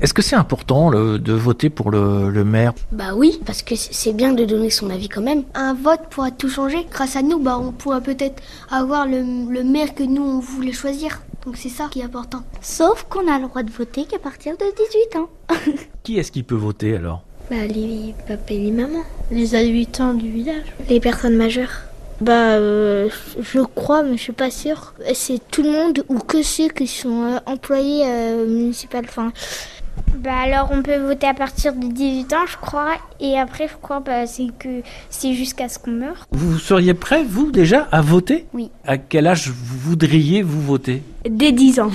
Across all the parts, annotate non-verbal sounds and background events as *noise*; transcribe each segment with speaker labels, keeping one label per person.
Speaker 1: Est-ce que c'est important le- de voter pour le, le maire
Speaker 2: Bah oui, parce que c'est- c'est bien de donner son avis quand même.
Speaker 3: Un vote pourra tout changer. Grâce à nous, bah, on pourra peut-être avoir le, le maire que nous, on voulait choisir. Donc c'est ça qui est important.
Speaker 4: Sauf qu'on a le droit de voter qu'à partir de 18 ans.
Speaker 1: Qui est-ce qui peut voter alors
Speaker 2: Bah les papas et les mamans,
Speaker 4: Les habitants du village
Speaker 2: les personnes majeures.
Speaker 4: Bah, euh, je crois, mais je suis pas sûre. C'est tout le monde ou que ceux qui sont euh, employés euh, municipaux. Enfin,
Speaker 5: Bah alors on peut voter à partir de 18 ans je crois et après je crois bah, c'est que c'est jusqu'à ce qu'on meure.
Speaker 1: Vous seriez prêt, vous, déjà, à voter
Speaker 5: Oui.
Speaker 1: À quel âge vous voudriez vous voter
Speaker 6: Dès 10
Speaker 7: *laughs*
Speaker 6: ans.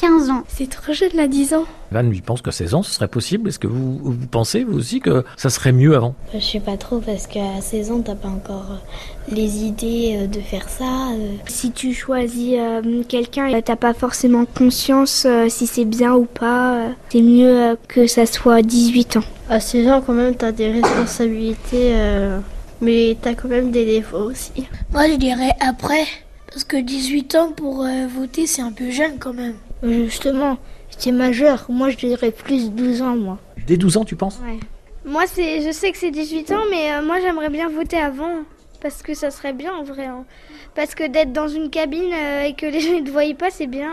Speaker 4: 15 ans.
Speaker 6: C'est trop jeune là, 10 ans.
Speaker 1: Van lui pense que 16 ans, ce serait possible. Est-ce que vous, vous pensez, vous aussi, que ça serait mieux avant
Speaker 7: Je sais pas trop parce qu'à 16 ans, t'as pas encore euh, les idées euh, de faire ça. euh.
Speaker 6: Si tu choisis euh, quelqu'un, euh, t'as pas forcément conscience euh, si c'est bien ou pas. euh. C'est mieux euh, que ça soit 18 ans.
Speaker 7: À 16 ans, quand même, t'as des responsabilités, euh, mais t'as quand même des défauts aussi.
Speaker 3: Moi, je dirais après. Parce que 18 ans pour euh, voter, c'est un peu jeune quand même.
Speaker 4: Justement, c'est majeur. Moi, je dirais plus 12 ans, moi.
Speaker 1: Dès 12 ans, tu penses
Speaker 5: Moi c'est je sais que c'est 18 ans mais euh, moi j'aimerais bien voter avant parce que ça serait bien en vrai hein. parce que d'être dans une cabine euh, et que les gens ne te voient pas c'est bien.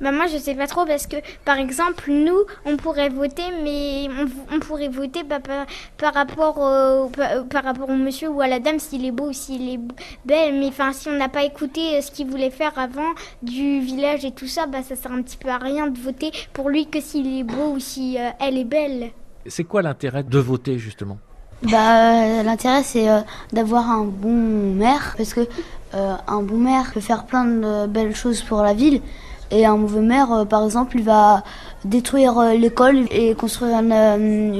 Speaker 5: Bah moi je sais pas trop parce que par exemple nous on pourrait voter mais on, on pourrait voter bah, par, par rapport au, par, par rapport au monsieur ou à la dame s'il est beau ou s'il est belle mais enfin si on n'a pas écouté euh, ce qu'il voulait faire avant du village et tout ça bah ça sert un petit peu à rien de voter pour lui que s'il est beau ou si euh, elle est belle.
Speaker 1: C'est quoi l'intérêt de voter, justement
Speaker 7: Bah, euh, l'intérêt, c'est euh, d'avoir un bon maire parce que euh, un bon maire peut faire plein de belles choses pour la ville. Et un mauvais maire, euh, par exemple, il va détruire euh, l'école et construire une, euh,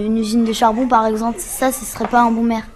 Speaker 7: une usine de charbon, par exemple. Ça, ce serait pas un bon maire.